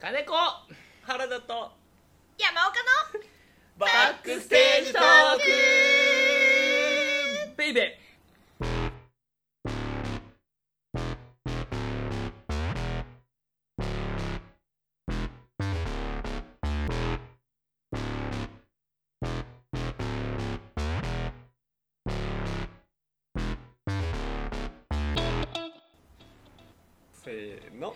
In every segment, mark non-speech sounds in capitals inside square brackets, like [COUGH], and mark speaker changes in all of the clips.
Speaker 1: 金子
Speaker 2: 原田と
Speaker 3: 山岡の
Speaker 2: バ
Speaker 1: ックステージトークベイベ
Speaker 2: せーの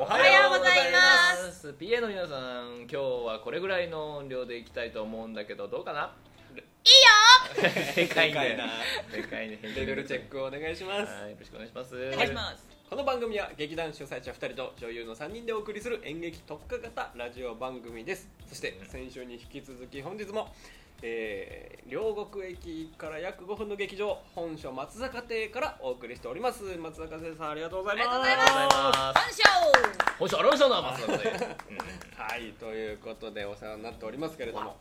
Speaker 1: ー
Speaker 2: は
Speaker 3: おはようございます
Speaker 1: す PA の皆さん今日はこれぐらいの音量でいきたいと思うんだけどどうかない
Speaker 3: いよ
Speaker 1: でかい
Speaker 2: でか
Speaker 1: ね
Speaker 2: いな
Speaker 1: でかいね
Speaker 2: レベルチェックをお願いします
Speaker 1: はいよろしくお願いします
Speaker 3: お願いします
Speaker 2: この番組は劇団主催者2人と女優の3人でお送りする演劇特化型ラジオ番組ですそして先週に引き続き本日も、えー両国駅から約5分の劇場本所松坂亭からお送りしております松坂亭さんありがとうございます
Speaker 3: ありがとうござい
Speaker 1: ます
Speaker 3: 本性
Speaker 1: 本日はローションの松本で、うん
Speaker 2: はいということでお世話になっておりますけれども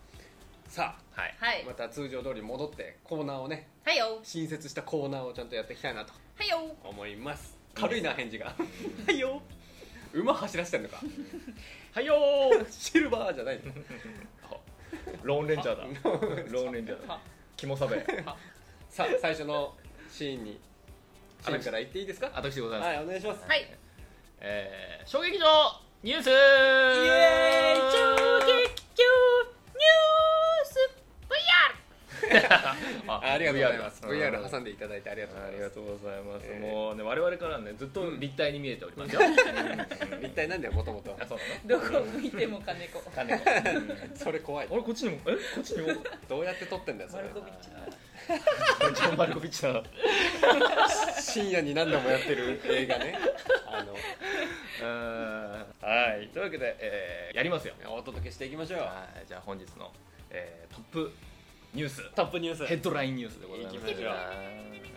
Speaker 2: さあ
Speaker 1: はい
Speaker 3: はい
Speaker 2: また通常通り戻ってコーナーをね
Speaker 3: はいよ
Speaker 2: 新設したコーナーをちゃんとやっていきたいなと
Speaker 3: はいよ
Speaker 2: 思います軽いな返事が「 [LAUGHS] はいよ」馬走らせてんのか
Speaker 1: はいよー
Speaker 2: シルバーじゃないの
Speaker 1: ローンレンジャーだ [LAUGHS] ローンレンジャーだキモサベ
Speaker 2: さあ最初のシーンにシーンから言っていいですか
Speaker 1: 私でございます
Speaker 2: はいお願いします
Speaker 3: はい
Speaker 1: えー、衝撃場ニュースイ
Speaker 2: イエーイ
Speaker 3: 衝撃中ニュース VR
Speaker 1: あ
Speaker 2: ありがとうございます
Speaker 1: VR
Speaker 2: VR 挟んでいただいてありがとうご
Speaker 1: あ
Speaker 2: ざい
Speaker 1: り
Speaker 2: ま
Speaker 1: が
Speaker 2: す
Speaker 1: とうございます、
Speaker 2: えー
Speaker 1: もうね我々からはねずっと立体に見えておりますよ、 [LAUGHS]
Speaker 2: 一体なんだよもともと
Speaker 1: あそうなの
Speaker 3: どこを向いても
Speaker 1: [LAUGHS]
Speaker 3: 金子
Speaker 1: 金子あ
Speaker 2: [LAUGHS] それ怖い
Speaker 1: れこっちにもえこっちにも
Speaker 2: どうやって撮ってんだよそ
Speaker 3: マ
Speaker 2: れ
Speaker 3: ルコビッチ
Speaker 1: ジョン・マルコビッチだ
Speaker 2: 深夜に何度もやってる映画ね [LAUGHS] あの
Speaker 1: はいというわけで、えー、やりますよ
Speaker 2: お届けしていきましょう
Speaker 1: はいじゃあ本日の、えー、トップニュース
Speaker 2: トップニュース
Speaker 1: [LAUGHS] ヘッドラインニュースでございます
Speaker 2: 行きましょ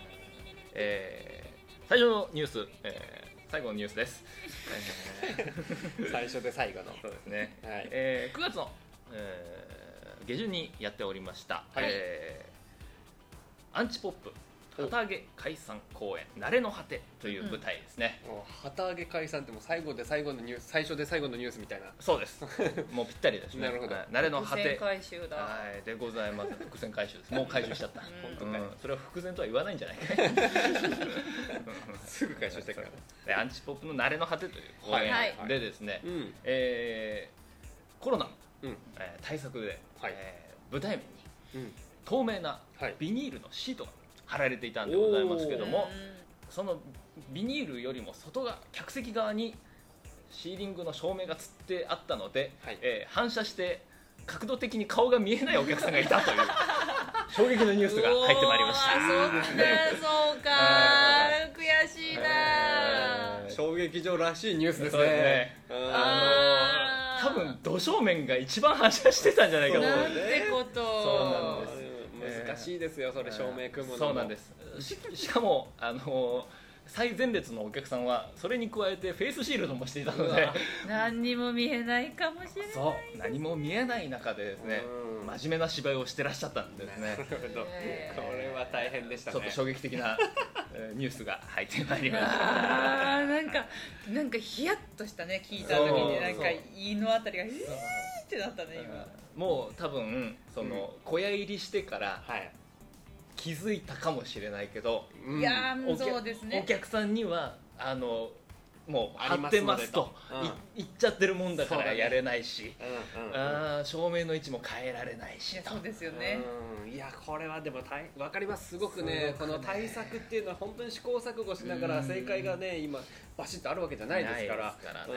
Speaker 2: う
Speaker 1: えー最初のニュース、えー最後のニュースです、えー
Speaker 2: 最初で最後の
Speaker 1: [LAUGHS] そうですね、
Speaker 2: はい
Speaker 1: えー9月の、えー下旬にやっておりました、
Speaker 2: はい
Speaker 1: えーアンチポップ旗揚げ解散公演「慣れの果て」という舞台ですね、
Speaker 2: もう旗揚げ解散ってもう最後で最後のニュース最初で最後のニュースみたいな
Speaker 1: そう
Speaker 2: [LAUGHS]
Speaker 1: ですもうぴったりですね
Speaker 2: なるほど
Speaker 1: はい慣れの果て
Speaker 3: 回収だ
Speaker 1: はいでございます伏線回収ですもう回収しち
Speaker 2: [LAUGHS]
Speaker 1: ゃった、
Speaker 3: うん
Speaker 1: うんそれは伏線とは言わないんじゃないか [LAUGHS]
Speaker 2: すぐ回収してから
Speaker 1: でアンチポップの「慣れの果て」という公演
Speaker 3: はい
Speaker 1: でですね、
Speaker 2: うん
Speaker 1: えーコロナの、
Speaker 2: うん
Speaker 1: えー対策で、
Speaker 2: はい
Speaker 1: えー舞台面に
Speaker 2: うん
Speaker 1: 透明な
Speaker 2: はい
Speaker 1: ビニールのシートが貼られていたんでございますけども
Speaker 3: う
Speaker 1: そのビニールよりも外側客席側にシーリングの照明がつってあったので、
Speaker 2: はい
Speaker 1: えー反射して角度的に顔が見えないお客さんがいたという衝撃のニュースが入ってまいりました。
Speaker 3: うわそうかそうか悔しいな
Speaker 1: えー
Speaker 2: 衝撃場らしいニュースです
Speaker 1: そうですね
Speaker 2: ねうん
Speaker 3: あー
Speaker 1: 多分土正面が一番反射してたんじゃないかと
Speaker 2: そ
Speaker 1: 思
Speaker 2: う
Speaker 1: う
Speaker 3: なんてこと
Speaker 1: そうなんです
Speaker 2: うん難しいですよそれ照明組むのも
Speaker 1: そうなんですししかもあの最前列のお客さんはそれに加えてフェイスシールドもしていたの
Speaker 2: う
Speaker 1: で
Speaker 2: わ
Speaker 3: 何にも見えないかもしれない
Speaker 1: そう何も見えない中でですね
Speaker 2: うん
Speaker 1: 真面目な芝居をしてらっしゃったんですね
Speaker 2: なるほどこ
Speaker 3: えー
Speaker 2: れは大変でした
Speaker 1: ちょっ
Speaker 2: ね
Speaker 1: と衝撃的
Speaker 2: [LAUGHS]
Speaker 1: なえーニュースが入ってまいりました
Speaker 3: あーなんかなんかヒヤッとしたね聞いた時になんか
Speaker 1: そう
Speaker 3: 胃のあたりがヒーってなったね今
Speaker 1: もう多分その小屋入りしてから
Speaker 2: はい
Speaker 1: 気づいたかもしれないけど
Speaker 2: うん
Speaker 3: いやー
Speaker 1: お客
Speaker 3: そうですね
Speaker 1: お客さんにはあのもう
Speaker 2: あり
Speaker 1: 貼っ
Speaker 2: ますので
Speaker 1: てますと
Speaker 2: とうん
Speaker 1: い言っちゃってるもんだか
Speaker 2: そうだ
Speaker 1: ら
Speaker 2: ね
Speaker 1: やれないし
Speaker 2: うんうんうん
Speaker 1: あー照明の位置も変えられない
Speaker 3: い
Speaker 1: し
Speaker 3: や
Speaker 1: と
Speaker 3: そうですよね
Speaker 2: うんいやこれはでも大わかりますすごく
Speaker 1: すごくね
Speaker 2: ねこの対策っていうのは本当に試行錯誤しなが
Speaker 1: う
Speaker 2: ら
Speaker 1: ん
Speaker 2: 正解がね今バシッとあるわけじゃないですから
Speaker 1: ないですからね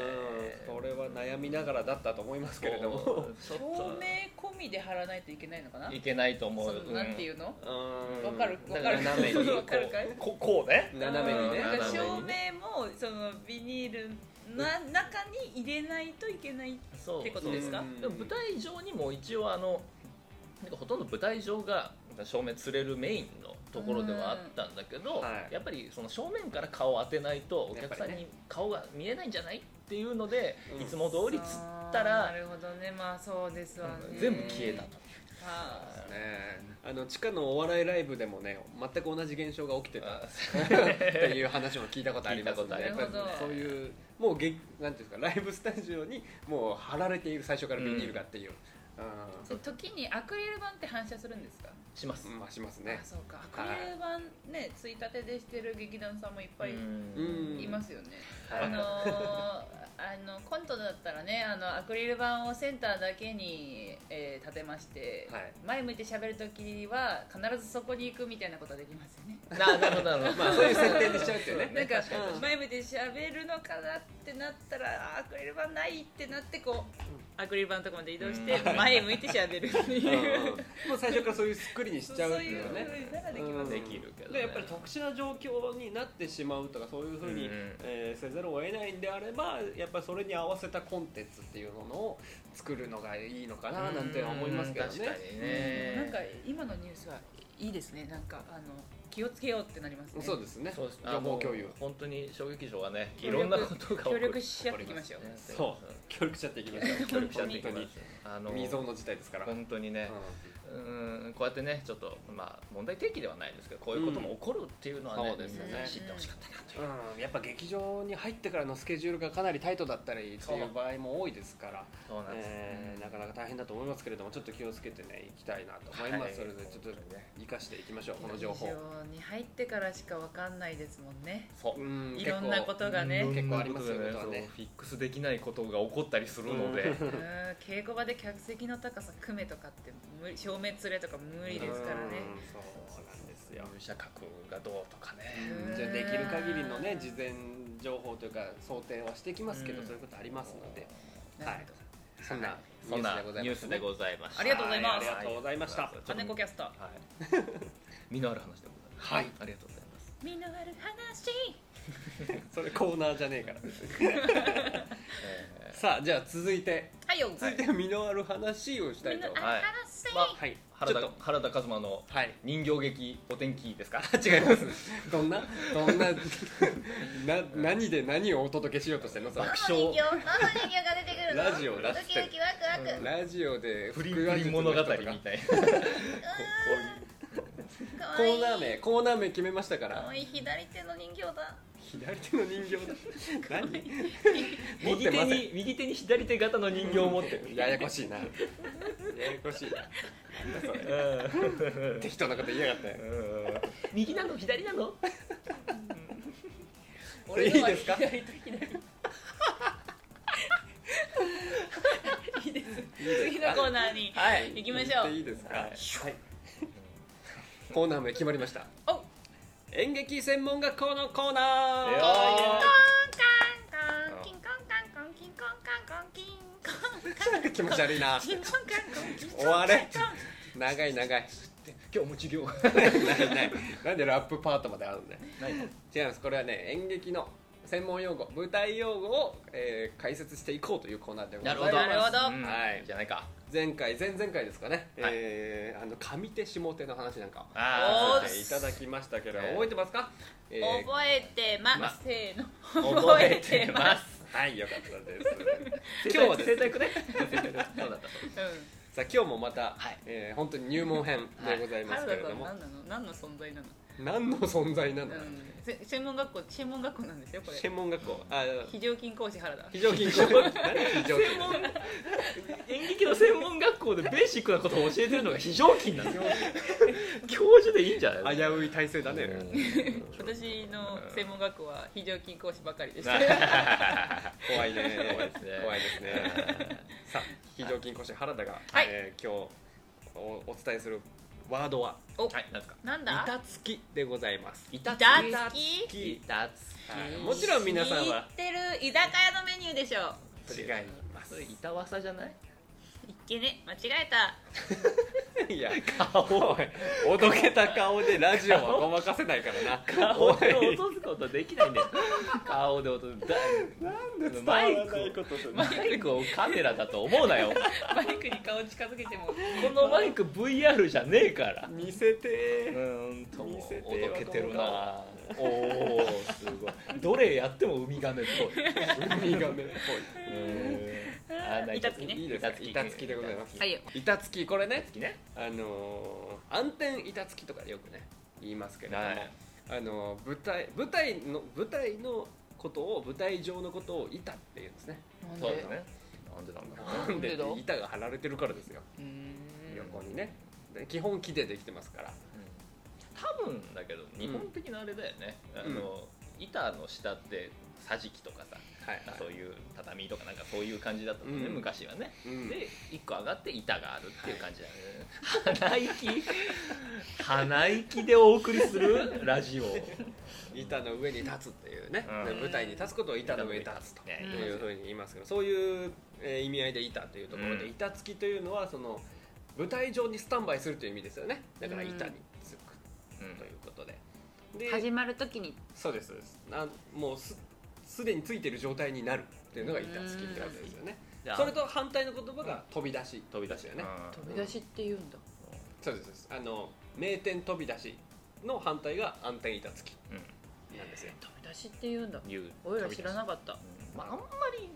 Speaker 2: うんこれは悩みながらだったと思いますけれども
Speaker 1: そ
Speaker 3: 照
Speaker 1: うちょっ
Speaker 3: 明込みで貼らないといけないのかな
Speaker 1: といけないと思
Speaker 3: そうのなんていうの
Speaker 2: うん
Speaker 3: わかる
Speaker 1: だ
Speaker 3: わ
Speaker 1: か
Speaker 3: からる
Speaker 1: 斜めに
Speaker 3: わかるかい
Speaker 1: ここうね
Speaker 2: 斜めに
Speaker 1: うん
Speaker 2: ね
Speaker 3: なんか照
Speaker 1: 斜め
Speaker 3: 明
Speaker 1: にね
Speaker 3: もそのビニールな中に入れないといけない
Speaker 1: そう
Speaker 3: ってことですか
Speaker 2: うん
Speaker 1: でも舞台上にも一応あのなんかほとんど舞台上が照明釣れるメインのところではあったんだけど、
Speaker 2: うんはい
Speaker 1: やっぱりその正面から顔を当てないとお客さんに顔が見えないんじゃないっていうので、
Speaker 2: うん
Speaker 1: いつも通り釣った
Speaker 3: あーな
Speaker 1: ら、
Speaker 3: るほどねまあそうですわね
Speaker 1: 全部消えたと
Speaker 3: あ
Speaker 2: ねえあの地下のお笑いライブでもね全く同じ現象が起き
Speaker 3: [LAUGHS]
Speaker 2: てた
Speaker 1: あ
Speaker 2: っていう話も聞いたことありますので
Speaker 1: 聞い
Speaker 2: や
Speaker 1: た
Speaker 2: っ
Speaker 1: こ
Speaker 2: ぱ
Speaker 1: とありま
Speaker 2: り
Speaker 1: す
Speaker 2: そういうもうげなんていうんですかライブスタジオにもう貼られている最初からビニールがっていう、
Speaker 3: ーで時にアクリル板って反射するんですか
Speaker 1: します
Speaker 2: うん、まあしますね
Speaker 3: あそうかアクリル板ねついたてでしてる劇団さんもいっぱい
Speaker 2: うん
Speaker 3: いますよね、
Speaker 1: はい
Speaker 3: あのーあのコントだったらねあのアクリル板をセンターだけに、えー立てまして、
Speaker 2: はい
Speaker 3: 前向いて喋るときは必ずそこに行くみたいなことはできますよね
Speaker 1: ななるほどなるほど
Speaker 2: まあそういう設定にしちゃうっていうね
Speaker 3: なんか
Speaker 1: 確かに確かに
Speaker 3: 前向いて喋るのかなってなったらあーアクリル板ないってなってこうアクリル板のとこまで移動して
Speaker 1: うん
Speaker 3: 前向いて喋るって
Speaker 2: うん [LAUGHS] うん
Speaker 3: いう
Speaker 2: もう最初からそういう作りにし
Speaker 3: そ
Speaker 2: ちゃうっ
Speaker 3: う
Speaker 2: てい
Speaker 3: いうう
Speaker 2: のはね
Speaker 3: ふうならできますよね
Speaker 2: うん
Speaker 1: できるけどね
Speaker 2: でやっぱり特殊な状況になってしまうとかそういうふうに、
Speaker 1: うん
Speaker 2: えーせざるを得ないんであればやっぱりそれに合わせたコンテンツっていうものを作るのがいいのかななんて思いますけどね
Speaker 1: うん確かにね
Speaker 3: なんか今のニュースはいいですねなんかあの気をつけようってなりますね
Speaker 2: そうですね
Speaker 1: そうです
Speaker 2: 情報共有
Speaker 1: あもう本当に小劇場はね
Speaker 3: 協
Speaker 1: い
Speaker 3: 力
Speaker 1: ろんなことが起こる
Speaker 3: 協力し合っていきましょう
Speaker 1: 起こりすね
Speaker 2: そう協力しちゃっていきましょ
Speaker 1: [LAUGHS]
Speaker 2: う
Speaker 1: 協力し合っていきま
Speaker 2: 本
Speaker 1: しょうあ
Speaker 2: 当
Speaker 1: の
Speaker 2: に未曾有の事態ですから、
Speaker 1: 本当にね、うんこうやってねちょっとまあ問題提起ではないですけどこういうことも起こるっていうのはね,、
Speaker 2: うんそうですよね
Speaker 1: 知ってほしかったなという、
Speaker 2: うん、やっぱ劇場に入ってからのスケジュールがかなりタイトだったりっていう場合も多いですから
Speaker 1: そうなんです、
Speaker 2: えーなかなか大変だと思いますけれどもちょっと気をつけてねいきたいなと思います、それでちょっと生かしていきましょうこの情報
Speaker 3: 劇場に入ってからしかわかんないですもんね
Speaker 1: そう、
Speaker 2: ん
Speaker 3: いろんなことがね
Speaker 1: うん
Speaker 2: 結構ありますよね
Speaker 1: いろんなことが
Speaker 2: そう
Speaker 1: フィックスできないことが起こったりするので、
Speaker 3: うん稽古場で客席の高さ組めとかって無理照明連れとか無理ですからね
Speaker 2: うんそうなんですよ
Speaker 1: 入社格がどうとかね、
Speaker 3: うん
Speaker 2: じゃあできる限りのね事前情報というか想定はしていきますけど、
Speaker 1: うん
Speaker 2: そういうことありますので、
Speaker 3: なるほ
Speaker 2: そんな
Speaker 1: そんなニ
Speaker 2: ニュ
Speaker 1: ュ
Speaker 2: ー
Speaker 1: ー
Speaker 2: ス
Speaker 1: ス
Speaker 2: で
Speaker 1: で
Speaker 2: ございますね
Speaker 1: ございました
Speaker 3: ありがとうございま
Speaker 1: は
Speaker 3: す
Speaker 2: ありがとうございました
Speaker 1: は
Speaker 3: ど金子キャスター
Speaker 1: はい身のある話でございます
Speaker 2: はい
Speaker 1: ありがとうございます
Speaker 3: 身のある話
Speaker 2: それコーナーじゃねえから
Speaker 1: え
Speaker 2: さあじゃあ続いて
Speaker 3: はいよ
Speaker 2: 続いて身のある話をした
Speaker 3: 身
Speaker 2: い
Speaker 3: のあ
Speaker 2: と
Speaker 3: る
Speaker 2: 思い
Speaker 3: 話、
Speaker 2: ます
Speaker 1: はい
Speaker 2: まあは
Speaker 1: ー
Speaker 2: いち
Speaker 1: 原
Speaker 2: ょ
Speaker 1: 田
Speaker 2: っと
Speaker 1: 原田一馬の
Speaker 2: はい
Speaker 1: 人形劇お天気ですか
Speaker 2: [LAUGHS] 違います
Speaker 1: [LAUGHS]
Speaker 2: どんなどんな [LAUGHS] な何で何をお届けしようとしてんのそれ
Speaker 1: 爆
Speaker 3: [LAUGHS]
Speaker 4: 魔
Speaker 1: 笑
Speaker 4: の人形魔法人形が出てくるの
Speaker 2: ラジオラ
Speaker 4: ド
Speaker 2: ス
Speaker 4: キド
Speaker 2: テ
Speaker 4: キワクワク、
Speaker 2: ラジオで
Speaker 1: プリプリ物語みたいなこ
Speaker 4: か
Speaker 2: コ
Speaker 4: わいい
Speaker 2: ーナー名コーナー名決めましたか
Speaker 4: からわいい左手の人形だ
Speaker 2: 左手の人形だ何
Speaker 1: ういう
Speaker 2: 持っ
Speaker 1: 右
Speaker 2: て
Speaker 1: 手
Speaker 2: ません
Speaker 1: に右手に左手型の人形を持ってる
Speaker 2: ややこ [LAUGHS] しいなややこしいななんだそれ適当なこと言いやがって
Speaker 1: 右なの左なの
Speaker 2: それいいですか
Speaker 3: 俺のは左と左 [LAUGHS] いいです次のコーナーに
Speaker 2: はい
Speaker 3: 行きましょう
Speaker 2: 行っていいですか
Speaker 1: はい
Speaker 2: はいコーナー名決まりました
Speaker 3: おう
Speaker 2: 演劇専門学校のコーナー
Speaker 1: いや
Speaker 4: カンカンキンコンカンコンキンコンカンコンキンコンカン
Speaker 2: なんか気持ち悪いな
Speaker 4: キンコンカンコンキンコン
Speaker 2: 終われ長い長い
Speaker 1: 今日も授業が
Speaker 2: ないないなんでラップパートまであるんだよ
Speaker 1: ないの
Speaker 2: 違いますこれはね演劇の専門用語舞台用語を、えー解説していこうというコーナーでございます
Speaker 3: なるほど
Speaker 1: うん
Speaker 2: はい
Speaker 1: じゃないか
Speaker 2: 前回前々回ですかね、
Speaker 1: はい
Speaker 2: えーあの上手下手の話なんかを
Speaker 1: あ
Speaker 3: ー
Speaker 2: させていただきましたけど
Speaker 1: おー
Speaker 2: 覚えてますか、えー
Speaker 3: 覚えてま
Speaker 1: ま
Speaker 3: せーの
Speaker 1: 覚えてます
Speaker 2: はいよかったです
Speaker 1: 今
Speaker 2: 今日
Speaker 1: 日は
Speaker 2: はです
Speaker 1: [LAUGHS] 正
Speaker 2: ね
Speaker 1: 体くねそうだった
Speaker 3: う
Speaker 2: さあ今日もまた、
Speaker 1: はい
Speaker 2: えー本当に入門編でござい
Speaker 3: ん
Speaker 2: ます
Speaker 3: 原
Speaker 2: け
Speaker 3: 田さ
Speaker 2: れど
Speaker 3: ん
Speaker 2: も、
Speaker 3: 何なの何の存在なの
Speaker 2: 何の存在な
Speaker 3: う
Speaker 2: の、
Speaker 3: んせ専門学校専門学校なんですよこれ
Speaker 2: 専門学校あ
Speaker 3: 非常勤講師原田
Speaker 2: 非常勤校何非常勤
Speaker 3: [LAUGHS]
Speaker 1: 演劇の専門学校でベーシックなことを教えてるのが非常勤なんですよ教授でいいんじゃない
Speaker 2: 危うい体制だね、
Speaker 3: 私の専門学校は非常勤講師ばかりでした
Speaker 1: は
Speaker 2: 怖いね
Speaker 1: 怖いですね、
Speaker 2: 怖いですねさあ非常勤講師原田が、
Speaker 3: はい
Speaker 2: えー今日おお伝えするワードはい
Speaker 1: なんですか。
Speaker 3: なんだ
Speaker 2: 板付きでございます
Speaker 1: い
Speaker 3: 板
Speaker 1: つき
Speaker 3: つき
Speaker 1: いたつ
Speaker 2: はい
Speaker 1: き。
Speaker 2: もちろん皆さんは
Speaker 3: 知ってる居酒屋のメニューでしょ
Speaker 2: 違います
Speaker 1: いたわさじゃない。
Speaker 3: いっけね間違えた
Speaker 2: いや顔おどけた顔でラジオはごまかせないからな
Speaker 1: 顔で
Speaker 2: おい
Speaker 1: 落とすことできないんだよ。顔で落とす。だ
Speaker 2: なんで
Speaker 1: マイク
Speaker 2: とする
Speaker 1: マイクをカメラだと思うなよ。
Speaker 3: マイクに顔近づけても
Speaker 1: このマイク VR じゃねえから。
Speaker 2: 見せ
Speaker 1: う
Speaker 2: て
Speaker 1: ーんと
Speaker 2: 見せてよ
Speaker 1: おどけてるな。おおー
Speaker 2: [LAUGHS]
Speaker 1: すごい。どれやってもウミガメっぽい。
Speaker 2: ーウミガメっぽい
Speaker 1: うんはあー
Speaker 3: 板付きね
Speaker 2: いいですか板付きでございます
Speaker 3: はいよ
Speaker 2: 板付きこれね
Speaker 1: 好きね
Speaker 2: あのー、暗転板付きとかでよくね言いますけれども、
Speaker 1: はい
Speaker 2: あのー、舞台舞台の舞台のことを舞台上のことを板って言うんですね
Speaker 3: なん
Speaker 1: そうで
Speaker 3: です
Speaker 1: ねなんでなんだろう
Speaker 2: なんで
Speaker 3: なんで
Speaker 2: っ
Speaker 3: だ
Speaker 2: て板が張られてるからですよ
Speaker 3: うーん
Speaker 2: 横にねで基本木でできてますから
Speaker 1: 多分だけど日本的なあれだよね、
Speaker 2: うん
Speaker 1: あの板の下って桟敷とかさ、
Speaker 2: はいはい
Speaker 1: そういう畳とかなんかそういう感じだったのね、
Speaker 2: うん
Speaker 1: 昔はね、
Speaker 2: うん
Speaker 1: で一個上がって板があるっていう感じだよね、鼻息
Speaker 2: [LAUGHS]
Speaker 1: 鼻息でお送りするラジオ
Speaker 2: 板の上に立つっていうね、
Speaker 1: うん
Speaker 2: で舞台に立つことを板の上に立つと
Speaker 1: ね
Speaker 3: うん
Speaker 2: というふうに言いますけどそういう、えー意味合いで板というところで、
Speaker 1: うん
Speaker 2: 板付きというのはその舞台上にスタンバイするという意味ですよねだから
Speaker 3: うん
Speaker 2: 板につく
Speaker 1: うん
Speaker 2: ということで,、で
Speaker 3: 始まるときに
Speaker 2: そうですそうですなんもうすすでについてる状態になるっていうのが板付きってわけですよね、
Speaker 1: であ
Speaker 2: それと反対の言葉が飛び出し
Speaker 1: 飛び出し
Speaker 2: よ
Speaker 1: よ
Speaker 2: ね
Speaker 1: ね、、
Speaker 3: 飛び出しって言うんだ
Speaker 2: そうですそうですあの名店飛び出しの反対が暗転板付
Speaker 1: うん
Speaker 2: きなんですよ
Speaker 3: 飛び出しって言うんだ
Speaker 1: 言う
Speaker 3: 俺ら知らなかった
Speaker 1: うんまああんまり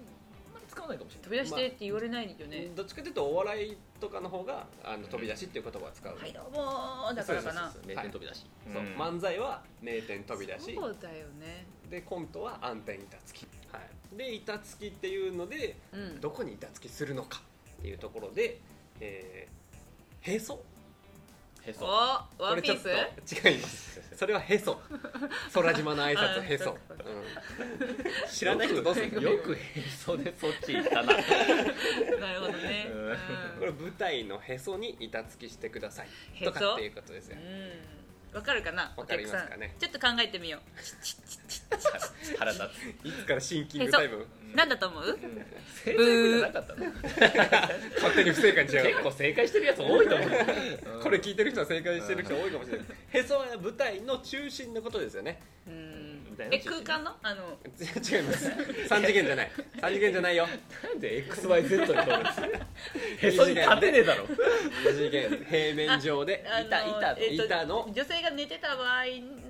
Speaker 1: あんまり使わないかもしれ
Speaker 3: 飛
Speaker 1: ない
Speaker 3: び出してって言われないよね
Speaker 2: どっちかというとお笑いとかの方があの飛び出しっていう言葉を使う、
Speaker 3: はいどうもーだからかな
Speaker 1: そうそうそう名店飛び出し、
Speaker 2: そう
Speaker 1: うん
Speaker 2: 漫才は名店飛び出し
Speaker 3: そうだよね
Speaker 2: でコントは暗転板付き、はい、で板付きっていうので
Speaker 3: うん
Speaker 2: どこに板付きするのかっていうところで、えー、へそ
Speaker 1: へ
Speaker 3: お
Speaker 1: そ
Speaker 3: ワンピース
Speaker 2: これちょっと違いますそれはへそ空島 [LAUGHS] の挨拶へそ、
Speaker 3: あ
Speaker 2: うん知らない人どうするの
Speaker 1: よくへそでそっち行ったな
Speaker 3: なるほどね
Speaker 1: うん
Speaker 2: これ舞台のへそに板付きしてください
Speaker 3: へ
Speaker 2: と
Speaker 3: そ
Speaker 2: かっていうことですよ
Speaker 3: うんわかるかな
Speaker 2: わかりますかね
Speaker 3: お客さんちょっと考えてみよ
Speaker 1: 腹立
Speaker 2: いつからシンキングタイム
Speaker 3: うなんだと思
Speaker 2: [LAUGHS]
Speaker 3: う
Speaker 1: つ、正解じゃなかったの
Speaker 2: 勝手に不正解にしやが
Speaker 1: 結
Speaker 2: っ [LAUGHS] て
Speaker 1: 構正解してるやつ多いと思う、
Speaker 2: これ聞いてる人は正解してる人多いかもしれないへそは舞台の中心のことですよね
Speaker 3: うん
Speaker 1: みたいな
Speaker 3: え空間のあの
Speaker 2: 違う違い [LAUGHS] ます3次元じゃない3次元じゃないよ
Speaker 1: なんで XYZ に取るんですかへそに立てねえだろ
Speaker 2: 2次元平面上で
Speaker 3: あの
Speaker 1: 板板
Speaker 3: えっと
Speaker 2: 板の
Speaker 3: 女性が寝てた場合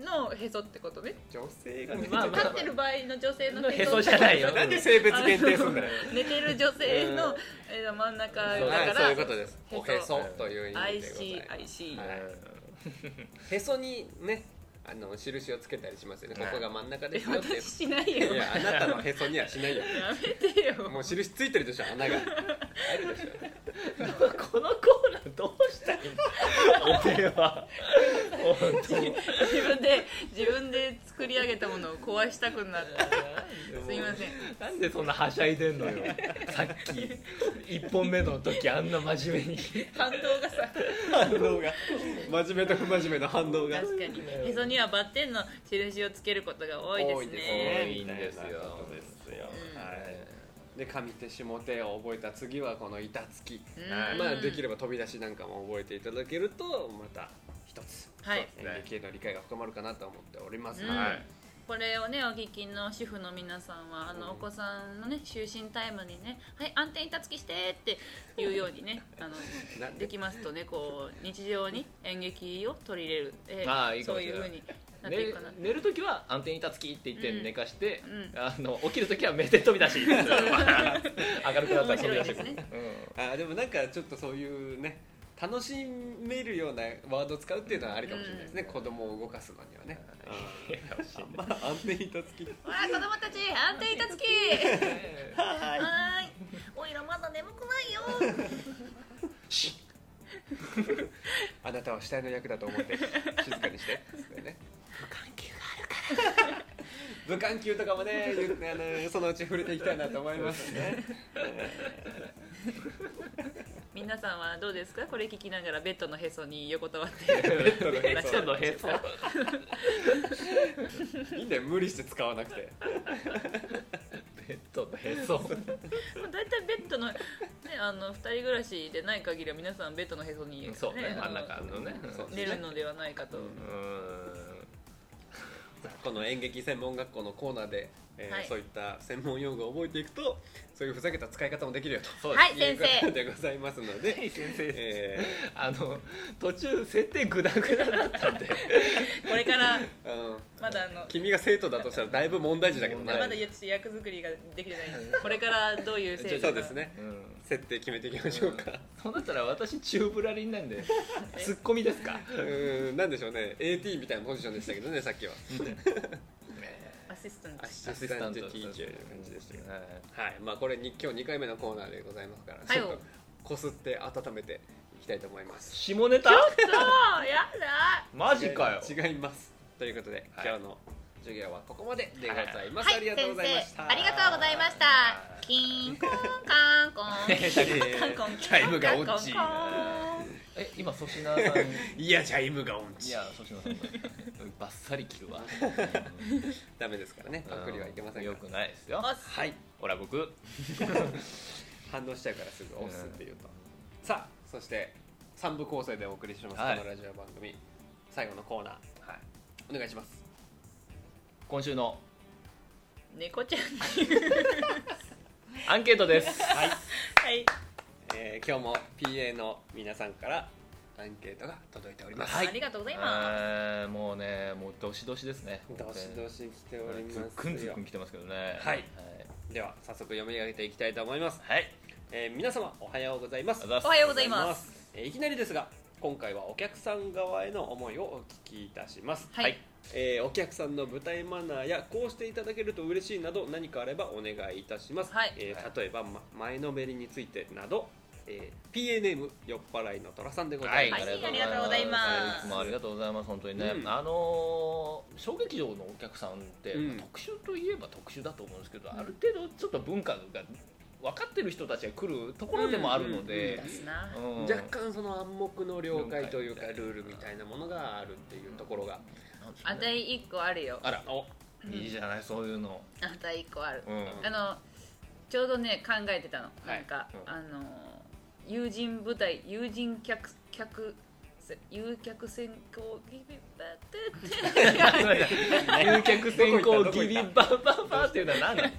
Speaker 3: のへそってことね
Speaker 2: 女性が
Speaker 1: まあまあ
Speaker 3: 立ってる場合の女性の
Speaker 1: へそじゃない
Speaker 3: [LAUGHS]
Speaker 1: よ
Speaker 2: なんで性別限定すんだよ
Speaker 3: あの寝てる女性
Speaker 2: う
Speaker 3: の
Speaker 2: ん
Speaker 3: えー真ん中
Speaker 2: は
Speaker 3: だ
Speaker 2: い
Speaker 3: から
Speaker 2: そういうことです
Speaker 3: へそ
Speaker 2: おへそという意味でござい
Speaker 3: IC
Speaker 2: ま
Speaker 3: IC
Speaker 2: はいすへそにねあの印をつけたりしますよねここが真ん中で
Speaker 3: え
Speaker 2: すよっていう
Speaker 3: 私しないよ
Speaker 2: い
Speaker 3: や
Speaker 2: やあなたのへそにはしないよ
Speaker 3: めてよ
Speaker 2: もう印ついてるでしょ穴があるでしょ
Speaker 1: このコーナーどうしたいんだ俺は本当に
Speaker 3: 自分で自分で作り上げたものを壊したくなったすいま
Speaker 2: [LAUGHS]
Speaker 3: せん
Speaker 1: なんでそんなはしゃいでんのよさっき1本目の時あんな真面目に
Speaker 3: 反動がさ
Speaker 2: 反応 [LAUGHS] が真面目と不真面目の反応が
Speaker 3: 確かにへそにはバッテンの印をつけることが多いです
Speaker 1: 多
Speaker 3: ね
Speaker 1: いですね
Speaker 2: 多いですよ
Speaker 3: うん
Speaker 2: はいで上手下手を覚えた次はこの板付き、
Speaker 3: うん
Speaker 2: まあ、できれば飛び出しなんかも覚えていただけるとまた一つ
Speaker 3: はい
Speaker 2: 演劇への理解が深まるかなと思っております、
Speaker 3: うん
Speaker 2: はい
Speaker 3: これをねお聞きの主婦の皆さんはあ
Speaker 2: うん
Speaker 3: のお子さんのね就寝タイムにね「はい安定板つきして」って言うようにねあの
Speaker 2: なん
Speaker 3: で
Speaker 2: で
Speaker 3: きますとねこう日常に演劇を取り入れる、え
Speaker 1: あーいいか
Speaker 3: そ
Speaker 1: も
Speaker 3: う
Speaker 1: し
Speaker 3: い
Speaker 1: れ
Speaker 3: う
Speaker 1: ない
Speaker 3: ふうになってい
Speaker 1: 寝
Speaker 3: くかな、ね、
Speaker 1: 寝る時は安定板付きって言って寝かして、
Speaker 3: うん
Speaker 1: あの起きる時は目で飛び
Speaker 3: [LAUGHS]
Speaker 1: 出し [LAUGHS] 明るくなったら飛び出し
Speaker 3: 面白いです
Speaker 2: あでもなんかちょっとそういうね楽しめるようなワードを使うっていうのはありかもしれないですね、子供を動かすのにはね、
Speaker 1: うんいや楽しいね
Speaker 2: まあ安定板付き
Speaker 3: わあ子供たち安定板つきはーいおいらまだ眠くないよ
Speaker 2: あなたは死体の役だと思って静かにしてつってね武漢級があるから武漢級とかもね言ってあのそのうち触れていきたいなと思いますね
Speaker 3: 皆さんはどうですかこれ聞きながらベッドのへそに横たわって
Speaker 1: ベッドのへそ
Speaker 2: いいんだよ無理して使わなくて
Speaker 1: ベッドのへそ
Speaker 3: まあ大体ベッドの,、ね、あの二人暮らしでない限りは皆さんベッドのへそに、
Speaker 1: そうね
Speaker 3: あ
Speaker 1: 真
Speaker 3: の
Speaker 1: ん中のね
Speaker 2: そう
Speaker 3: 寝るので
Speaker 2: [LAUGHS]
Speaker 3: はないかと、
Speaker 1: うん
Speaker 2: この演劇専門学校のコーナーでえー
Speaker 3: はい
Speaker 2: そういった専門用語を覚えていくとそういうふざけた使い方もできるよと
Speaker 1: そうです、
Speaker 4: はい先
Speaker 2: [LAUGHS] いうことで
Speaker 4: 生
Speaker 2: ございますので、
Speaker 1: 先生、
Speaker 2: え
Speaker 1: あの途中設定グダグダだったんで
Speaker 3: これから
Speaker 2: ーあの
Speaker 3: まだあの
Speaker 2: 君が生徒だとしたらだいぶ問題児だけど
Speaker 1: 問
Speaker 2: ね
Speaker 1: 題
Speaker 3: まだいやちょっと役作りができてないん
Speaker 2: [LAUGHS]
Speaker 3: でこれからどういう制
Speaker 2: そ
Speaker 3: 度
Speaker 2: うですね
Speaker 1: うん
Speaker 2: 設定決めていきましょうか、
Speaker 1: そうなったら私チューブラリンなん
Speaker 3: [LAUGHS]
Speaker 1: でツッコミですか
Speaker 2: うーん、なんでしょうね AT みたいなポジションでしたけどねさっきは
Speaker 3: アシスタント
Speaker 2: アシスタントティーチャーの感じでしたけどはいまあこれに今日2回目のコーナーでございますから
Speaker 3: はい
Speaker 2: ちょっとこすって温めていきたいと思います
Speaker 1: 下ネタ
Speaker 4: そうやだ
Speaker 1: マジかよ
Speaker 2: 違いますということで、
Speaker 1: はい
Speaker 2: 今日の授業はここまででございます、
Speaker 4: はい
Speaker 2: ありが
Speaker 4: 先
Speaker 2: とうございまし
Speaker 4: 生
Speaker 2: た
Speaker 4: ありがとうございましたキンコンカ
Speaker 2: [LAUGHS]
Speaker 4: ンコン
Speaker 3: カンコン
Speaker 2: チャイムが落ち
Speaker 4: カンコン
Speaker 1: え今粗品さんい
Speaker 2: いやチャイムが落ち
Speaker 1: や粗品さんバッサリ切るわ
Speaker 2: [LAUGHS] ダメですからねパクリはいけません
Speaker 1: よ
Speaker 2: から
Speaker 1: くないですよ
Speaker 3: 押す
Speaker 2: はい
Speaker 1: ほら僕
Speaker 2: 反応しちゃうからすぐ押すっていうと、さあそして3部構成でお送りします、
Speaker 1: はい
Speaker 2: このラジオ番組最後のコーナーお願いします
Speaker 1: 今週の
Speaker 3: 猫ちゃんに
Speaker 1: アンケートです
Speaker 2: はい、
Speaker 3: はい
Speaker 2: えー今日も PA の皆さんからアンケートが届いております、
Speaker 1: はい
Speaker 3: ありがとうございま
Speaker 1: えーもうねもうどしどしですね
Speaker 2: どしどし来ております
Speaker 1: ずっ
Speaker 2: よ
Speaker 1: くんずっくん来てますけどね
Speaker 2: はいでは早速読み上げていきたいと思います、
Speaker 1: はい
Speaker 2: えー皆様おはようございます
Speaker 1: ありが
Speaker 3: す
Speaker 1: とうござ
Speaker 3: おはいようございます
Speaker 2: す、えーいきなりですが今回はお客さん側への思いをお聞きいたします、
Speaker 3: はいはい
Speaker 2: えーお客さんの舞台マナーやこうしていただけると嬉しいなど何かあればお願いいたします、
Speaker 3: はい
Speaker 2: えー例えば、ま前のめりについてなど、えー PA ネーム酔っ払いの虎さんでご
Speaker 1: ま
Speaker 2: ざ
Speaker 1: すはいい
Speaker 2: ます、
Speaker 3: ありがとうございます
Speaker 1: はいいつもありがとうございます本当にね
Speaker 2: うん
Speaker 1: あのー小劇場のお客さんって
Speaker 2: うん
Speaker 1: 特殊といえば特殊だと思うんですけどある程度ちょっと文化が分かってる人たちが来るところでもあるの
Speaker 2: うんうん
Speaker 1: で
Speaker 3: す出すな
Speaker 1: うん
Speaker 2: 若干その暗黙の了解というか
Speaker 1: 了解
Speaker 2: ルールみたいなものがあるっていうところが
Speaker 1: なんでしょ
Speaker 3: あ
Speaker 1: う
Speaker 3: た
Speaker 1: ね
Speaker 3: い一個あるよ
Speaker 1: あら [LAUGHS] お
Speaker 3: ん
Speaker 1: いいじゃないそういうの
Speaker 3: あたい一個ある [LAUGHS]
Speaker 1: うん
Speaker 3: あのちょうどね考えてたの、
Speaker 2: はい
Speaker 3: なんか、
Speaker 1: うん
Speaker 3: あの友人舞台友人客客誘客先行ギビバ
Speaker 1: 誘
Speaker 3: ッて
Speaker 1: 客
Speaker 3: [LAUGHS]
Speaker 1: 先行ギビバンバンバンっていうのは何だ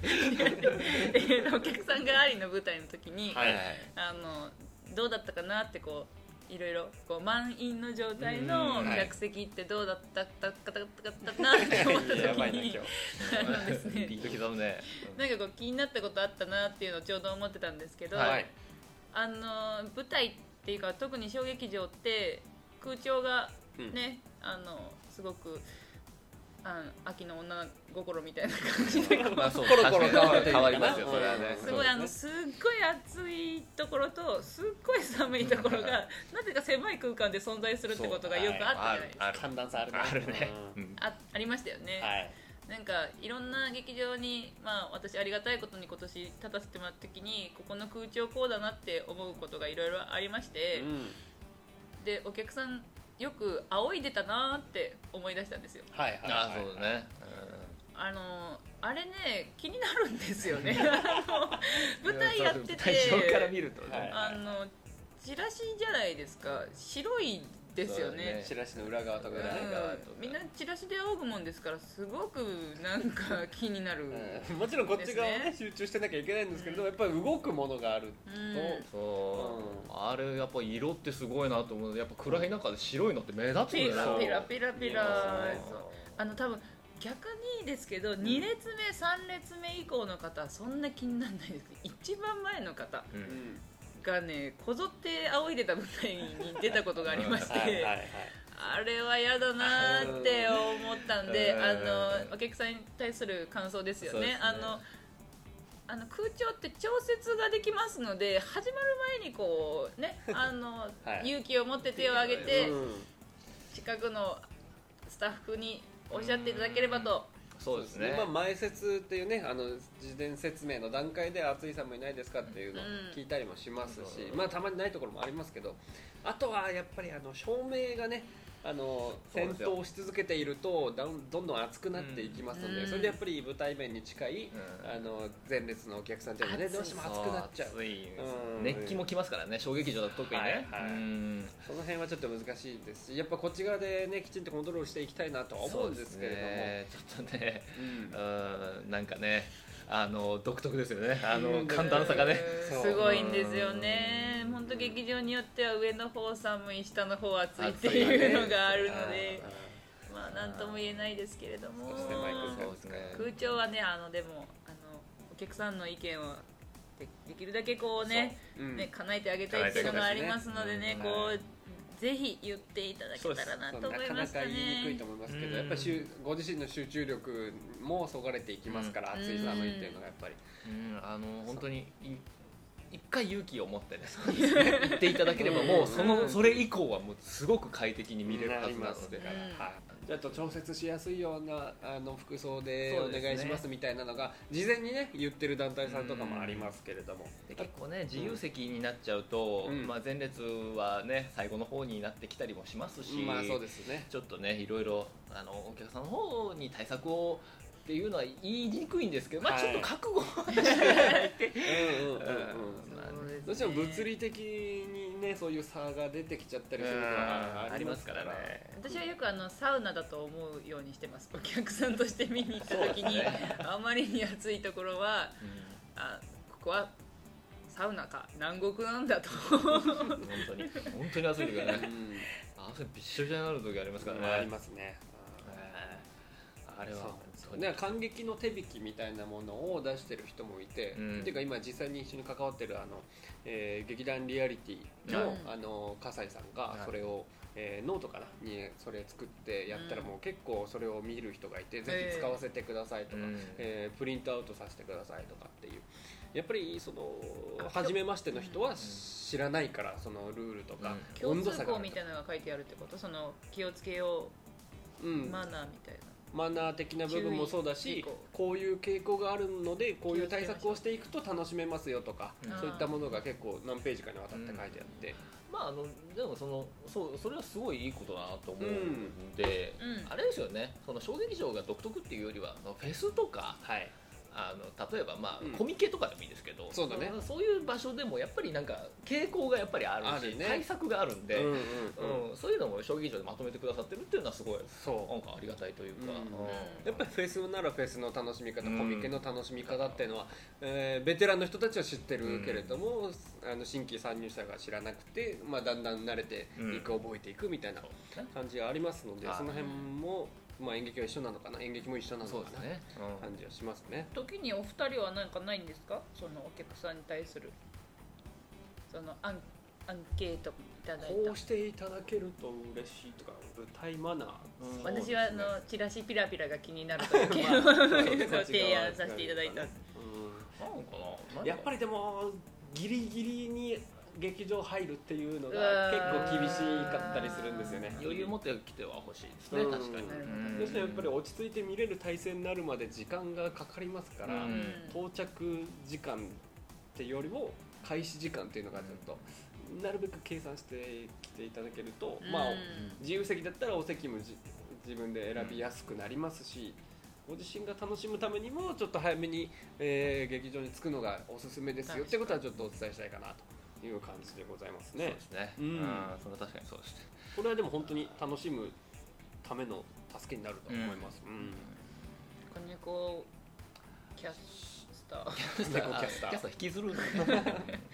Speaker 3: お客さんがありの舞台の時に、
Speaker 2: はい
Speaker 3: あのどうだったかなってこういろいろこう満員の状態の
Speaker 1: うんはい
Speaker 3: 客席ってどうだったったったったったなって思った時に
Speaker 2: やばいな今日
Speaker 3: そうですね
Speaker 1: ビッと刻むね
Speaker 3: なんかこう気になったことあったなっていうのをちょうど思ってたんですけど、
Speaker 2: はい
Speaker 3: あの舞台っていうか特に小劇場って空調が
Speaker 2: うん
Speaker 3: ね、あのすごくあの秋の女心みたいな感じで
Speaker 1: まあそう
Speaker 2: コロコロ
Speaker 1: 確かに
Speaker 2: 変わるというかな
Speaker 1: 変わりますよそれは
Speaker 2: う
Speaker 1: ね
Speaker 2: ん
Speaker 3: すごいあのすっごい暑いところとすっごい寒いところがなぜか狭い空間で存在するってことがよくあったじ
Speaker 1: あ
Speaker 3: ゃない
Speaker 1: る
Speaker 3: ですか。
Speaker 1: ある
Speaker 2: 寒暖差あるね
Speaker 1: あるね
Speaker 2: う
Speaker 1: うん
Speaker 3: あありましたよね、
Speaker 2: はい
Speaker 3: なんかいろんな劇場に、まあ、私ありがたいことに今年立たせてもらった時にここの空調こうだなって思うことがいろいろありまして、
Speaker 2: うん
Speaker 3: でお客さんよく仰いでたなーって思い出したんですよ
Speaker 2: はいはい
Speaker 1: あそうだ
Speaker 2: ね
Speaker 1: ね
Speaker 3: あのーあれね気になるんですよねあの [LAUGHS] 舞台やってて
Speaker 1: 舞台上から見ると
Speaker 2: はい
Speaker 1: ね
Speaker 3: あのチラシじゃないですか白いですよね
Speaker 2: チラシの裏側と
Speaker 3: う
Speaker 2: かね
Speaker 1: 裏側とか
Speaker 3: んみんなチラシで仰ぐもんですからすごくなんか気になる、
Speaker 2: うんもちろんこっち側を
Speaker 3: で
Speaker 2: ね集中してなきゃいけないんですけれどやっぱり動くものがある
Speaker 3: うん
Speaker 1: そうあれやっぱ色ってすごいなと思うやっぱ暗い中で白いのって目立つ
Speaker 3: ピ
Speaker 1: んだ
Speaker 3: ラ
Speaker 1: よ
Speaker 3: ピ
Speaker 1: ね
Speaker 3: ラピラピ
Speaker 2: い
Speaker 3: ラ
Speaker 2: や
Speaker 3: そうあの多分逆にですけど、2列目3列目以降の方はそんな気にならないですけど一番前の方
Speaker 1: う
Speaker 2: うんん
Speaker 3: がねこぞって仰いでた舞台に出たことがありまして、
Speaker 2: [LAUGHS] はいはいはい
Speaker 3: あれは嫌だなーって思ったんで
Speaker 1: うん
Speaker 3: あのお客さんに対する感想ですよ
Speaker 1: そう
Speaker 3: ね。
Speaker 1: ですね
Speaker 3: あのあの空調って調節ができますので始まる前にこう
Speaker 2: [LAUGHS]
Speaker 3: ねあの、
Speaker 2: はい
Speaker 3: 勇気を持って手を挙げて
Speaker 2: うん
Speaker 3: 近くのスタッフにおっしゃっていただければと
Speaker 1: そうですね
Speaker 2: まあ前説っていうねあの事前説明の段階で暑い寒いないですかっていうのを聞いたりもしますし、
Speaker 1: うん
Speaker 2: まあたまにないところもありますけどあとはやっぱりあの照明がねあの
Speaker 1: そう
Speaker 2: 戦
Speaker 1: ですよ
Speaker 2: 闘し続けているとだんどんどん熱くなっていきますので、
Speaker 3: うん
Speaker 2: それでやっぱり舞台面に近い、
Speaker 1: うん
Speaker 2: あの前列のお客さんっていうのはね
Speaker 3: 暑い
Speaker 2: どうしても熱くなっちゃう
Speaker 1: そう暑い
Speaker 2: うん
Speaker 1: 熱気もきますからね小劇場だと特にね、
Speaker 2: はいはい
Speaker 1: うん
Speaker 2: その辺はちょっと難しいですしやっぱこっち側でねきちんとコントロールしていきたいなとは思うんですけれども
Speaker 1: そうですねちょっとね
Speaker 2: う
Speaker 1: う
Speaker 2: ん
Speaker 1: んなんかねあの独特ですよねあ
Speaker 2: う
Speaker 1: の
Speaker 2: ん
Speaker 1: 寒暖差がね
Speaker 2: そう
Speaker 3: すごいんですよね本当劇場によっては上の方寒い下の方暑いっていうのがあるのでまあ何とも言えないですけれども
Speaker 2: 少し狭い空間を使
Speaker 1: そう
Speaker 3: 空調はねあのでもあのお客さんの意見をでできるだけこうね
Speaker 2: う、うん
Speaker 3: ね叶えてあげたいっていうのがありますのでね
Speaker 1: 叶
Speaker 3: こ
Speaker 1: え
Speaker 3: うぜひ言っていただけたらな
Speaker 2: そう
Speaker 3: と思いま
Speaker 2: な
Speaker 3: し
Speaker 2: か
Speaker 3: た
Speaker 2: なか言いにくい
Speaker 3: ね
Speaker 2: と。思いますけど、
Speaker 1: うん
Speaker 2: やっぱりしゅご自身の集中力もそがれていきますから、
Speaker 3: うん
Speaker 2: 暑い寒いっていうのがやっぱり、
Speaker 1: うんあの本当にい一回勇気を持ってね言っていただければもうそのそれ以降はもうすごく快適に見れるはずなので
Speaker 2: だから、
Speaker 3: うん
Speaker 2: はい、ちょっと調節しやすいようなあの服装で
Speaker 1: そ
Speaker 2: お
Speaker 1: うですね
Speaker 2: 願いしますみたいなのが、事前にね言ってる団体さんとかもありますけれども、
Speaker 1: で結構ね自由席になっちゃうと、
Speaker 2: うん
Speaker 1: まあ、前列はね最後の方になってきたりもしますし、
Speaker 2: まあそうですね
Speaker 1: ちょっとねいろいろあのお客さんの方に対策をっていうのは言いにくいんですけど、ま
Speaker 2: は
Speaker 1: あ、
Speaker 2: い
Speaker 1: ちょっと覚悟をしていただいて、
Speaker 2: うんうんうんうん
Speaker 1: まあね
Speaker 3: そうですね
Speaker 2: どうしても物理的にねそういう差が出てきちゃったりするのは
Speaker 1: ありますからね。
Speaker 3: 私はよくあのサウナだと思うようにしてますお客さんとして見に行った時
Speaker 1: そう
Speaker 3: に、
Speaker 1: ですね
Speaker 3: あまりに暑いところはあここはサウナか南国なんだと
Speaker 1: うん本当に本当に暑い時は
Speaker 2: う
Speaker 1: ね
Speaker 2: ん
Speaker 1: 汗びっしょびしょになる時ありますからね。
Speaker 2: ありますね、
Speaker 1: えーあれは
Speaker 2: そう
Speaker 1: 本当
Speaker 2: うん
Speaker 1: に
Speaker 2: ね、感激の手引きみたいなものを出してる人もいて、
Speaker 1: うん
Speaker 2: っていうか今実際に一緒に関わってるあの、えー劇団リアリティの、
Speaker 3: うん
Speaker 2: あの笠井さん
Speaker 1: は
Speaker 2: が
Speaker 1: い
Speaker 2: それを、えーノートかなにそれ作ってやったら
Speaker 3: うん
Speaker 2: もう結構それを見る人がいて、ぜひ使わせてくださいとか、
Speaker 1: うん
Speaker 2: えープリントアウトさせてくださいとかっていう。やっぱりその
Speaker 3: あ
Speaker 2: 初めましての人は知らないからそのルールとか
Speaker 3: 共
Speaker 2: [LAUGHS] 温度
Speaker 3: 通
Speaker 2: 差が
Speaker 3: 項
Speaker 2: ある
Speaker 3: み
Speaker 2: と
Speaker 3: た
Speaker 2: か
Speaker 3: いなのが書いてあるってことその気をつけよ
Speaker 2: う
Speaker 3: うんマナーみたいな、
Speaker 2: マナー的な部分もそうだ
Speaker 3: 注意
Speaker 2: し
Speaker 3: 事項
Speaker 2: こういう傾向があるのでこういう対策をしていくと楽しめますよとか、
Speaker 1: うん
Speaker 2: そういったものが結構何ページかにわたって書いてあって、
Speaker 1: まああのでもそのそうそれはすごいいいことだなと思うんで、
Speaker 3: うん
Speaker 1: あれですよねその小劇場が独特っていうよりはあのフェスとか
Speaker 2: はい
Speaker 1: あの例えばまあ、
Speaker 2: うん
Speaker 1: コミケとかでもいいですけど
Speaker 2: そうだね
Speaker 1: のそういう場所でもやっぱりなんか傾向がやっぱりあるし
Speaker 2: あるね
Speaker 1: 対策があるんで、
Speaker 2: うんうん
Speaker 1: う
Speaker 2: うん
Speaker 1: んそういうのも小劇場でまとめてくださってるっていうのはすごい
Speaker 2: そ
Speaker 1: なんかありがたいというか、
Speaker 2: うん
Speaker 1: うん
Speaker 2: うやっぱりフェスならフェスの楽しみ方、
Speaker 1: うん
Speaker 2: コミケの楽しみ方っていうのは、えーベテランの人たちは知ってるけれども、あの新規参入者が知らなくて、まあ、だんだん慣れていく、覚えていくみたいな
Speaker 1: そうですね
Speaker 2: 感じがありますので、
Speaker 1: はい
Speaker 2: その辺も、まあ、演劇は一緒なのかな演劇も一緒なのか
Speaker 1: そう
Speaker 2: な
Speaker 1: ですね、うん
Speaker 2: 感じはしますね。
Speaker 3: 時にお二人は何かないんですかそのお客さんに対するそのアンアンケートいただい
Speaker 2: こ
Speaker 3: た
Speaker 2: うしていただけると嬉しいとか舞台マナー、
Speaker 1: うん
Speaker 2: そうです
Speaker 3: 私
Speaker 2: ね
Speaker 3: はあのチラシピラピラが気になると
Speaker 2: [LAUGHS]
Speaker 3: いう意見を提案させていただいたんです
Speaker 1: なのかな
Speaker 2: うんやっぱ
Speaker 1: り
Speaker 2: りでもギリギリに劇場入るっていうの
Speaker 3: う
Speaker 2: が
Speaker 3: わー
Speaker 2: 結構厳しかったりするんですよね
Speaker 1: 余裕持ってきては欲しいですね、
Speaker 2: うん
Speaker 1: 確かに
Speaker 3: なるほど
Speaker 1: うん
Speaker 2: そしてやっぱり落ち着いて見れる体制になるまで時間がかかりますから、
Speaker 1: うん
Speaker 2: 到着時間っていうよりも開始時間っていうのがちょっと、なるべく計算してきていただけると、まあ
Speaker 3: うん
Speaker 2: 自由席だったらお席もじ自分で選びやすくなりますし、ご自身が楽しむためにもちょっと早めに、えー劇場に着くのがおすすめですよってことはちょっとお伝えしたいかなという感じでございます
Speaker 1: そう
Speaker 2: ね
Speaker 1: ですね、
Speaker 2: うん
Speaker 1: あーそれは確かにそうですね
Speaker 2: これはでも本当に楽しむための助けになると思います、うん
Speaker 3: 金子キャスター
Speaker 2: 猫キャスタ
Speaker 1: あ
Speaker 2: ー
Speaker 1: キャスター引きずるんだね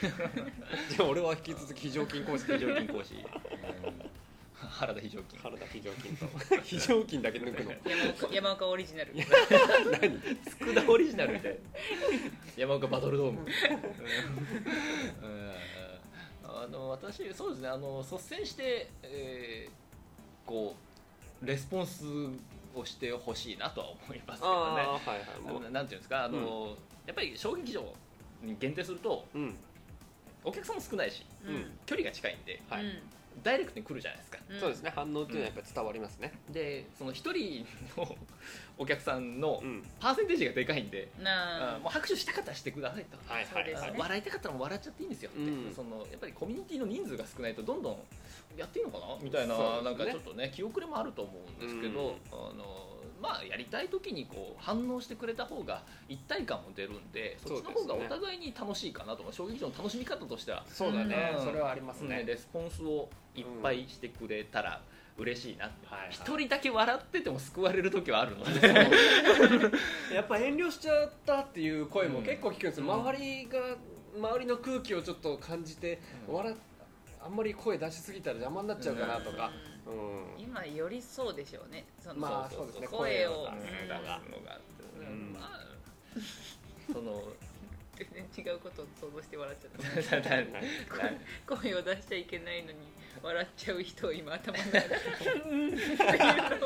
Speaker 2: じゃあ俺は引き続き非常勤講師
Speaker 1: 非常勤講師原田非常
Speaker 2: [LAUGHS]
Speaker 1: 勤
Speaker 2: 体非常勤と非常勤だけ抜く [LAUGHS] の
Speaker 3: 山岡山岡オリジナル
Speaker 1: 福田オリジナルみたいな山岡バトル
Speaker 2: [LAUGHS]
Speaker 1: ドームうんあの私そうですねあの率先して、えーこうレスポンスをしてほしいなとは思いますけどね
Speaker 2: ああーはいはいもう
Speaker 1: ななんていうんですかあの、やっぱり小劇場に限定すると
Speaker 2: うん
Speaker 1: お客さんも少ないし
Speaker 3: うん
Speaker 1: 距離が近いんで
Speaker 2: はい、
Speaker 3: うん
Speaker 1: ダイレクトに来るじゃないですか
Speaker 3: ん
Speaker 2: そうですね反応っていうのはやっぱり伝わりますね
Speaker 1: でその一人の [LAUGHS] お客さんの
Speaker 2: うん
Speaker 1: パーセンテージがでかいんで、
Speaker 3: な
Speaker 1: あ
Speaker 3: あ
Speaker 1: もう拍手したかったらしてくださいと、
Speaker 2: はい
Speaker 3: そう
Speaker 2: はい
Speaker 3: です
Speaker 2: は
Speaker 3: ね
Speaker 2: い
Speaker 1: あ笑いたかったら笑っちゃっていいんですよって、
Speaker 2: うん
Speaker 1: そのやっぱりコミュニティの人数が少ないとどんどんやっていいのかなみたいな、
Speaker 2: そう
Speaker 1: なん
Speaker 2: ですね
Speaker 1: かちょっとね気遅れもあると思うんですけど、
Speaker 2: うん
Speaker 1: あのまあやりたい時にこう反応してくれた方が一体感も出るんでそっちの方が
Speaker 2: そう
Speaker 1: お
Speaker 2: ですね
Speaker 1: 互いに楽しいかなと思う衝撃場の楽しみ方としては、
Speaker 2: そうだね
Speaker 1: うん
Speaker 2: それはあります
Speaker 1: ね、
Speaker 2: ね
Speaker 1: レスポンスをいっぱいしてくれたら嬉しいなって
Speaker 2: はいはい
Speaker 1: 一、人だけ笑ってても救われる時はあるので。
Speaker 2: やっぱ遠慮しちゃったっていう声も結構聞くんですよ、
Speaker 1: うん
Speaker 2: 周りが周りの空気をちょっと感じて、
Speaker 1: うん
Speaker 2: 笑っあんまり声出しすぎたら邪魔になっちゃうかなとか、うん
Speaker 3: 今よりそうでしょうねその、
Speaker 2: まあ
Speaker 1: そ
Speaker 2: そうう
Speaker 1: そ
Speaker 2: で
Speaker 1: う
Speaker 2: すね
Speaker 3: 声を
Speaker 1: 出すのがうんまあその
Speaker 3: 全然違うことを想像して笑っちゃった [LAUGHS]
Speaker 1: だだ
Speaker 3: 声を出しちゃいけないのに笑っちゃう人を今頭の中で [LAUGHS]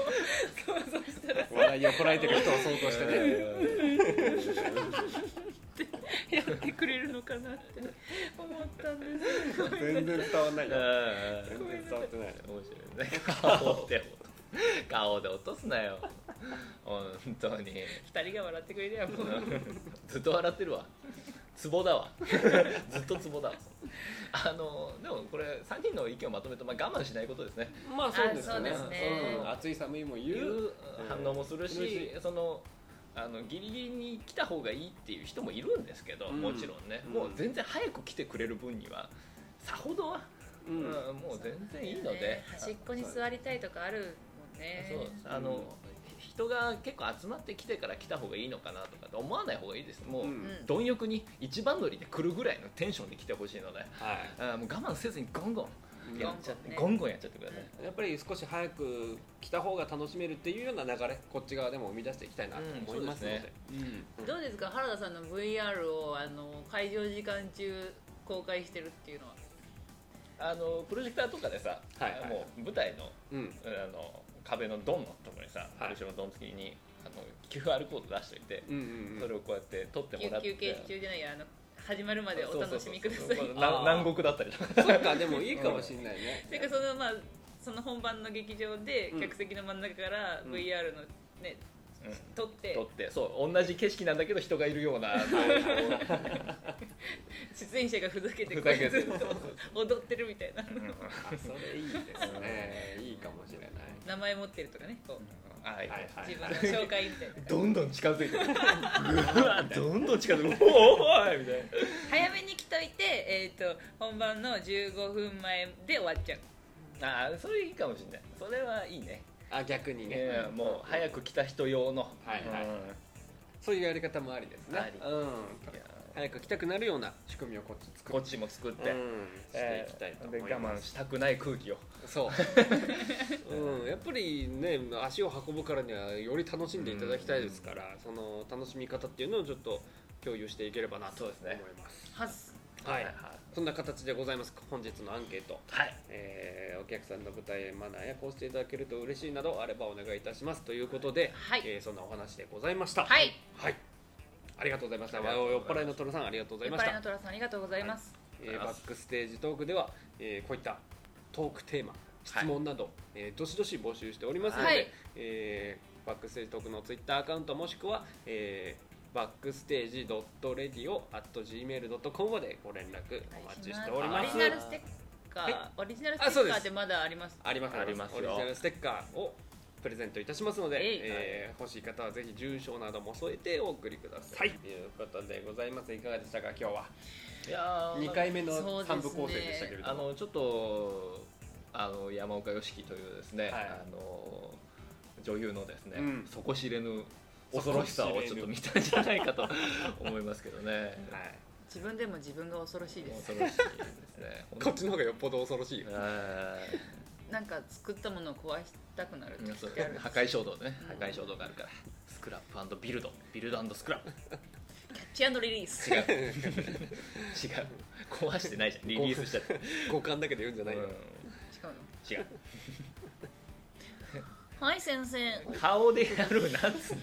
Speaker 3: そうそうしたら
Speaker 2: 笑いをこらえてる人を想像してね
Speaker 3: やってくれるのかなって思ったんです
Speaker 2: 全然伝わんないよ
Speaker 1: うん
Speaker 2: 全然伝わってない
Speaker 1: 面白いね顔で顔で落とすなよ本当に
Speaker 3: 二人が笑ってくれりゃもう
Speaker 1: ずっと笑ってるわツボだわずっとツボだわあのでもこれ3人の意見をまとめると、まあ、我慢しないことですね
Speaker 2: まあそうですね
Speaker 3: あそうですね
Speaker 2: うん、暑い寒いも言
Speaker 1: いうう反応もするし,、
Speaker 2: うんする
Speaker 1: そのあのギリギリに来た方がいいっていう人もいるんですけど、
Speaker 2: うん
Speaker 1: もちろんね、
Speaker 2: うん
Speaker 1: もう全然早く来てくれる分にはさほどは、
Speaker 2: うん
Speaker 1: うんもう全然いいので
Speaker 3: ね。端っこに座りたいとかあるもんね
Speaker 1: そうあの、人が結構集まってきてから来た方がいいのかなとかって思わない方がいいですもう、
Speaker 2: うん
Speaker 3: うん
Speaker 1: 貪欲に一番乗りで来るぐらいのテンションで来てほしいので
Speaker 2: は
Speaker 1: あーもう我慢せずにゴンゴン
Speaker 2: い
Speaker 1: やっちゃって、ゴ
Speaker 3: ゴ
Speaker 1: ンゴンやっちゃってください、
Speaker 2: やっぱり少し早く来た方が楽しめるっていうような流れこっち側でも生み出していきたいなと思いますので,、うん
Speaker 3: どうですか原田さんの VR をあの会場時間中公開してるっていうのは
Speaker 1: あのプロジェクターとかでさ、
Speaker 2: はいはい
Speaker 1: もう舞台の
Speaker 2: うん
Speaker 1: あの壁のドンのところにさ、
Speaker 2: はい
Speaker 1: 後ろのドン付きにあの QR コード出しておいて、
Speaker 2: うんうん
Speaker 1: それをこうやって取ってもらって
Speaker 3: 休憩中じゃないやあの始まるまでお楽しみくだ
Speaker 1: そう
Speaker 3: さ
Speaker 1: そう
Speaker 3: い
Speaker 1: そうそう
Speaker 2: あ
Speaker 1: な
Speaker 2: ー
Speaker 1: 南国だったりとか
Speaker 2: うん、そっかでもいいかもしれない
Speaker 1: [LAUGHS]
Speaker 2: ね、
Speaker 3: てかそのまあその本番の劇場で
Speaker 2: うん
Speaker 3: 客席の真ん中から VR のね、
Speaker 1: うん
Speaker 3: 撮って
Speaker 1: 撮ってそう同じ景色なんだけど人がいるような
Speaker 2: [LAUGHS]
Speaker 3: 出演者がふざけて
Speaker 1: ふ
Speaker 3: こう
Speaker 1: ざ
Speaker 3: や
Speaker 1: け
Speaker 3: って
Speaker 1: て
Speaker 3: ずっと [LAUGHS] 踊ってるみたいな
Speaker 1: うん
Speaker 2: あそれいいですねいいかもしれない
Speaker 3: 名前持ってるとかねこ
Speaker 1: はい、
Speaker 2: はいは
Speaker 3: う
Speaker 2: い
Speaker 3: 自分の紹介みたいな
Speaker 1: どんどん近づいてくるうわどんどん近づいてくるおーおいみたいな
Speaker 3: 早めに来といて、えー、と本番の15分前で終わっちゃう
Speaker 1: あーそれいいかもしれないそれはいいね
Speaker 2: あ逆にね、
Speaker 1: ねもう早く来た人用の
Speaker 2: はいはい
Speaker 1: うん
Speaker 2: そういうやり方もありですね
Speaker 1: あり
Speaker 2: うん、
Speaker 1: いや
Speaker 2: 早く来たくなるような仕組みをこっち作
Speaker 1: こ
Speaker 2: っ
Speaker 1: っちも作って、
Speaker 2: て、うん、していきたいと思います、
Speaker 1: で我慢したくない空気を [LAUGHS]
Speaker 2: そううん、やっぱりね足を運ぶからにはより楽しんでいただきたいですから、その楽しみ方っていうのをちょっと共有していければなと
Speaker 1: そう
Speaker 2: 思
Speaker 1: です
Speaker 2: い
Speaker 1: ね
Speaker 2: ます
Speaker 3: 発
Speaker 2: はい、
Speaker 1: はい
Speaker 2: そんな形でございます本日のアンケート、
Speaker 1: はい
Speaker 2: えーお客さんの舞台マナーやこうしていただけると嬉しいなどあればお願いいたしますということで、
Speaker 3: はい
Speaker 2: えーそんなお話でございました
Speaker 3: はい、
Speaker 2: はいありがとうございました
Speaker 1: あ
Speaker 2: 酔
Speaker 1: りがとうございます
Speaker 2: っ払いのトロさんありがとうござ
Speaker 3: 酔
Speaker 2: い
Speaker 3: っ
Speaker 2: まし
Speaker 3: 払いの
Speaker 2: た、
Speaker 3: トラさんありがとうございます、
Speaker 2: えーバックステージトークでは、えーこういったトークテーマ質問など、えーどしどし募集しておりますので、
Speaker 3: はい
Speaker 2: えーバックステージトークのツイッターアカウントもしくは、えーバックステージ .radio.gmail.com までご連絡お待ちしておりま
Speaker 3: オ
Speaker 2: す
Speaker 3: リジナルステッカー、
Speaker 2: は
Speaker 3: オリジナルステ
Speaker 2: あそう
Speaker 3: ッ
Speaker 2: で
Speaker 3: カー
Speaker 2: す
Speaker 3: ってまだあります
Speaker 2: あります
Speaker 1: ありますよ
Speaker 2: オリジナルステッカーをプレゼントいたしますので、
Speaker 3: えい
Speaker 2: えー欲しい方はぜひ住所なども添えてお送りください、ということでございますいかがでしたか今日はい
Speaker 1: やー
Speaker 2: 2回目の
Speaker 3: そうですね
Speaker 2: 3部構成でしたけれど
Speaker 1: あ
Speaker 2: も、
Speaker 1: のちょっとあの山岡良樹というですね、
Speaker 2: はい
Speaker 1: あの女優のですね、
Speaker 2: うん
Speaker 1: 底知れぬ恐ろしさをちょっと見たんじゃないかと思いますけど
Speaker 2: [LAUGHS]
Speaker 1: ね。
Speaker 2: はい、
Speaker 3: 自分でも自分が恐ろしいです
Speaker 1: 恐ろしいですね。
Speaker 2: こっちの方がよっぽど恐ろしいよ
Speaker 1: はい
Speaker 3: なんか作ったものを壊したくなる
Speaker 1: そう破壊衝動ね、破壊衝動があるから。スクラップビルド、ビルドスクラッ
Speaker 2: [LAUGHS]
Speaker 1: プ。
Speaker 3: チアンドリリース
Speaker 1: 違う。違う。壊してないじゃん。リリースしちゃって。
Speaker 2: 五感だけで言うんじゃないよ、
Speaker 1: う
Speaker 3: 違うの
Speaker 1: ん違う。
Speaker 3: はい先生
Speaker 1: 顔でやるなんつうの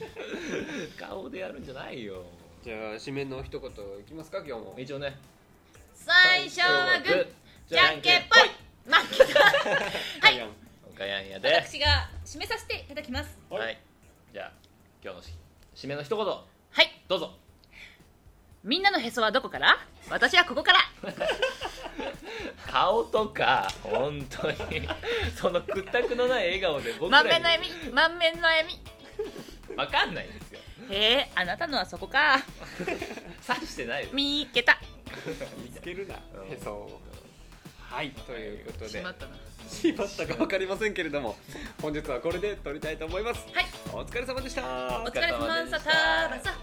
Speaker 1: 顔でやるんじゃないよ
Speaker 2: じゃあ締めの一言いきますか今日も
Speaker 1: 一応ね
Speaker 2: [LAUGHS]
Speaker 3: 最初はグーじゃんけんぽい負けた
Speaker 2: はいは
Speaker 1: おかやんやで
Speaker 3: 私が締めさせていただきます
Speaker 2: い
Speaker 1: はいじゃあ今日のし締めの一言ど
Speaker 3: はいう
Speaker 1: ぞ
Speaker 3: みんなのへそはどこから私はここから
Speaker 1: 顔とか本当にその屈託のない笑顔で僕らに
Speaker 3: 満面の笑み満面の笑
Speaker 1: わかんないんですよ
Speaker 3: みへえあなたのはそこか
Speaker 1: 刺してないよ
Speaker 3: 見つけた
Speaker 2: 見つけるな
Speaker 1: うん
Speaker 2: へそをはいということ
Speaker 5: し
Speaker 2: で
Speaker 5: まったな
Speaker 2: しまったか分かりませんけれども本日はこれで撮りたいと思います
Speaker 3: はい
Speaker 2: お疲れ様でした
Speaker 3: お疲れ様でしたまた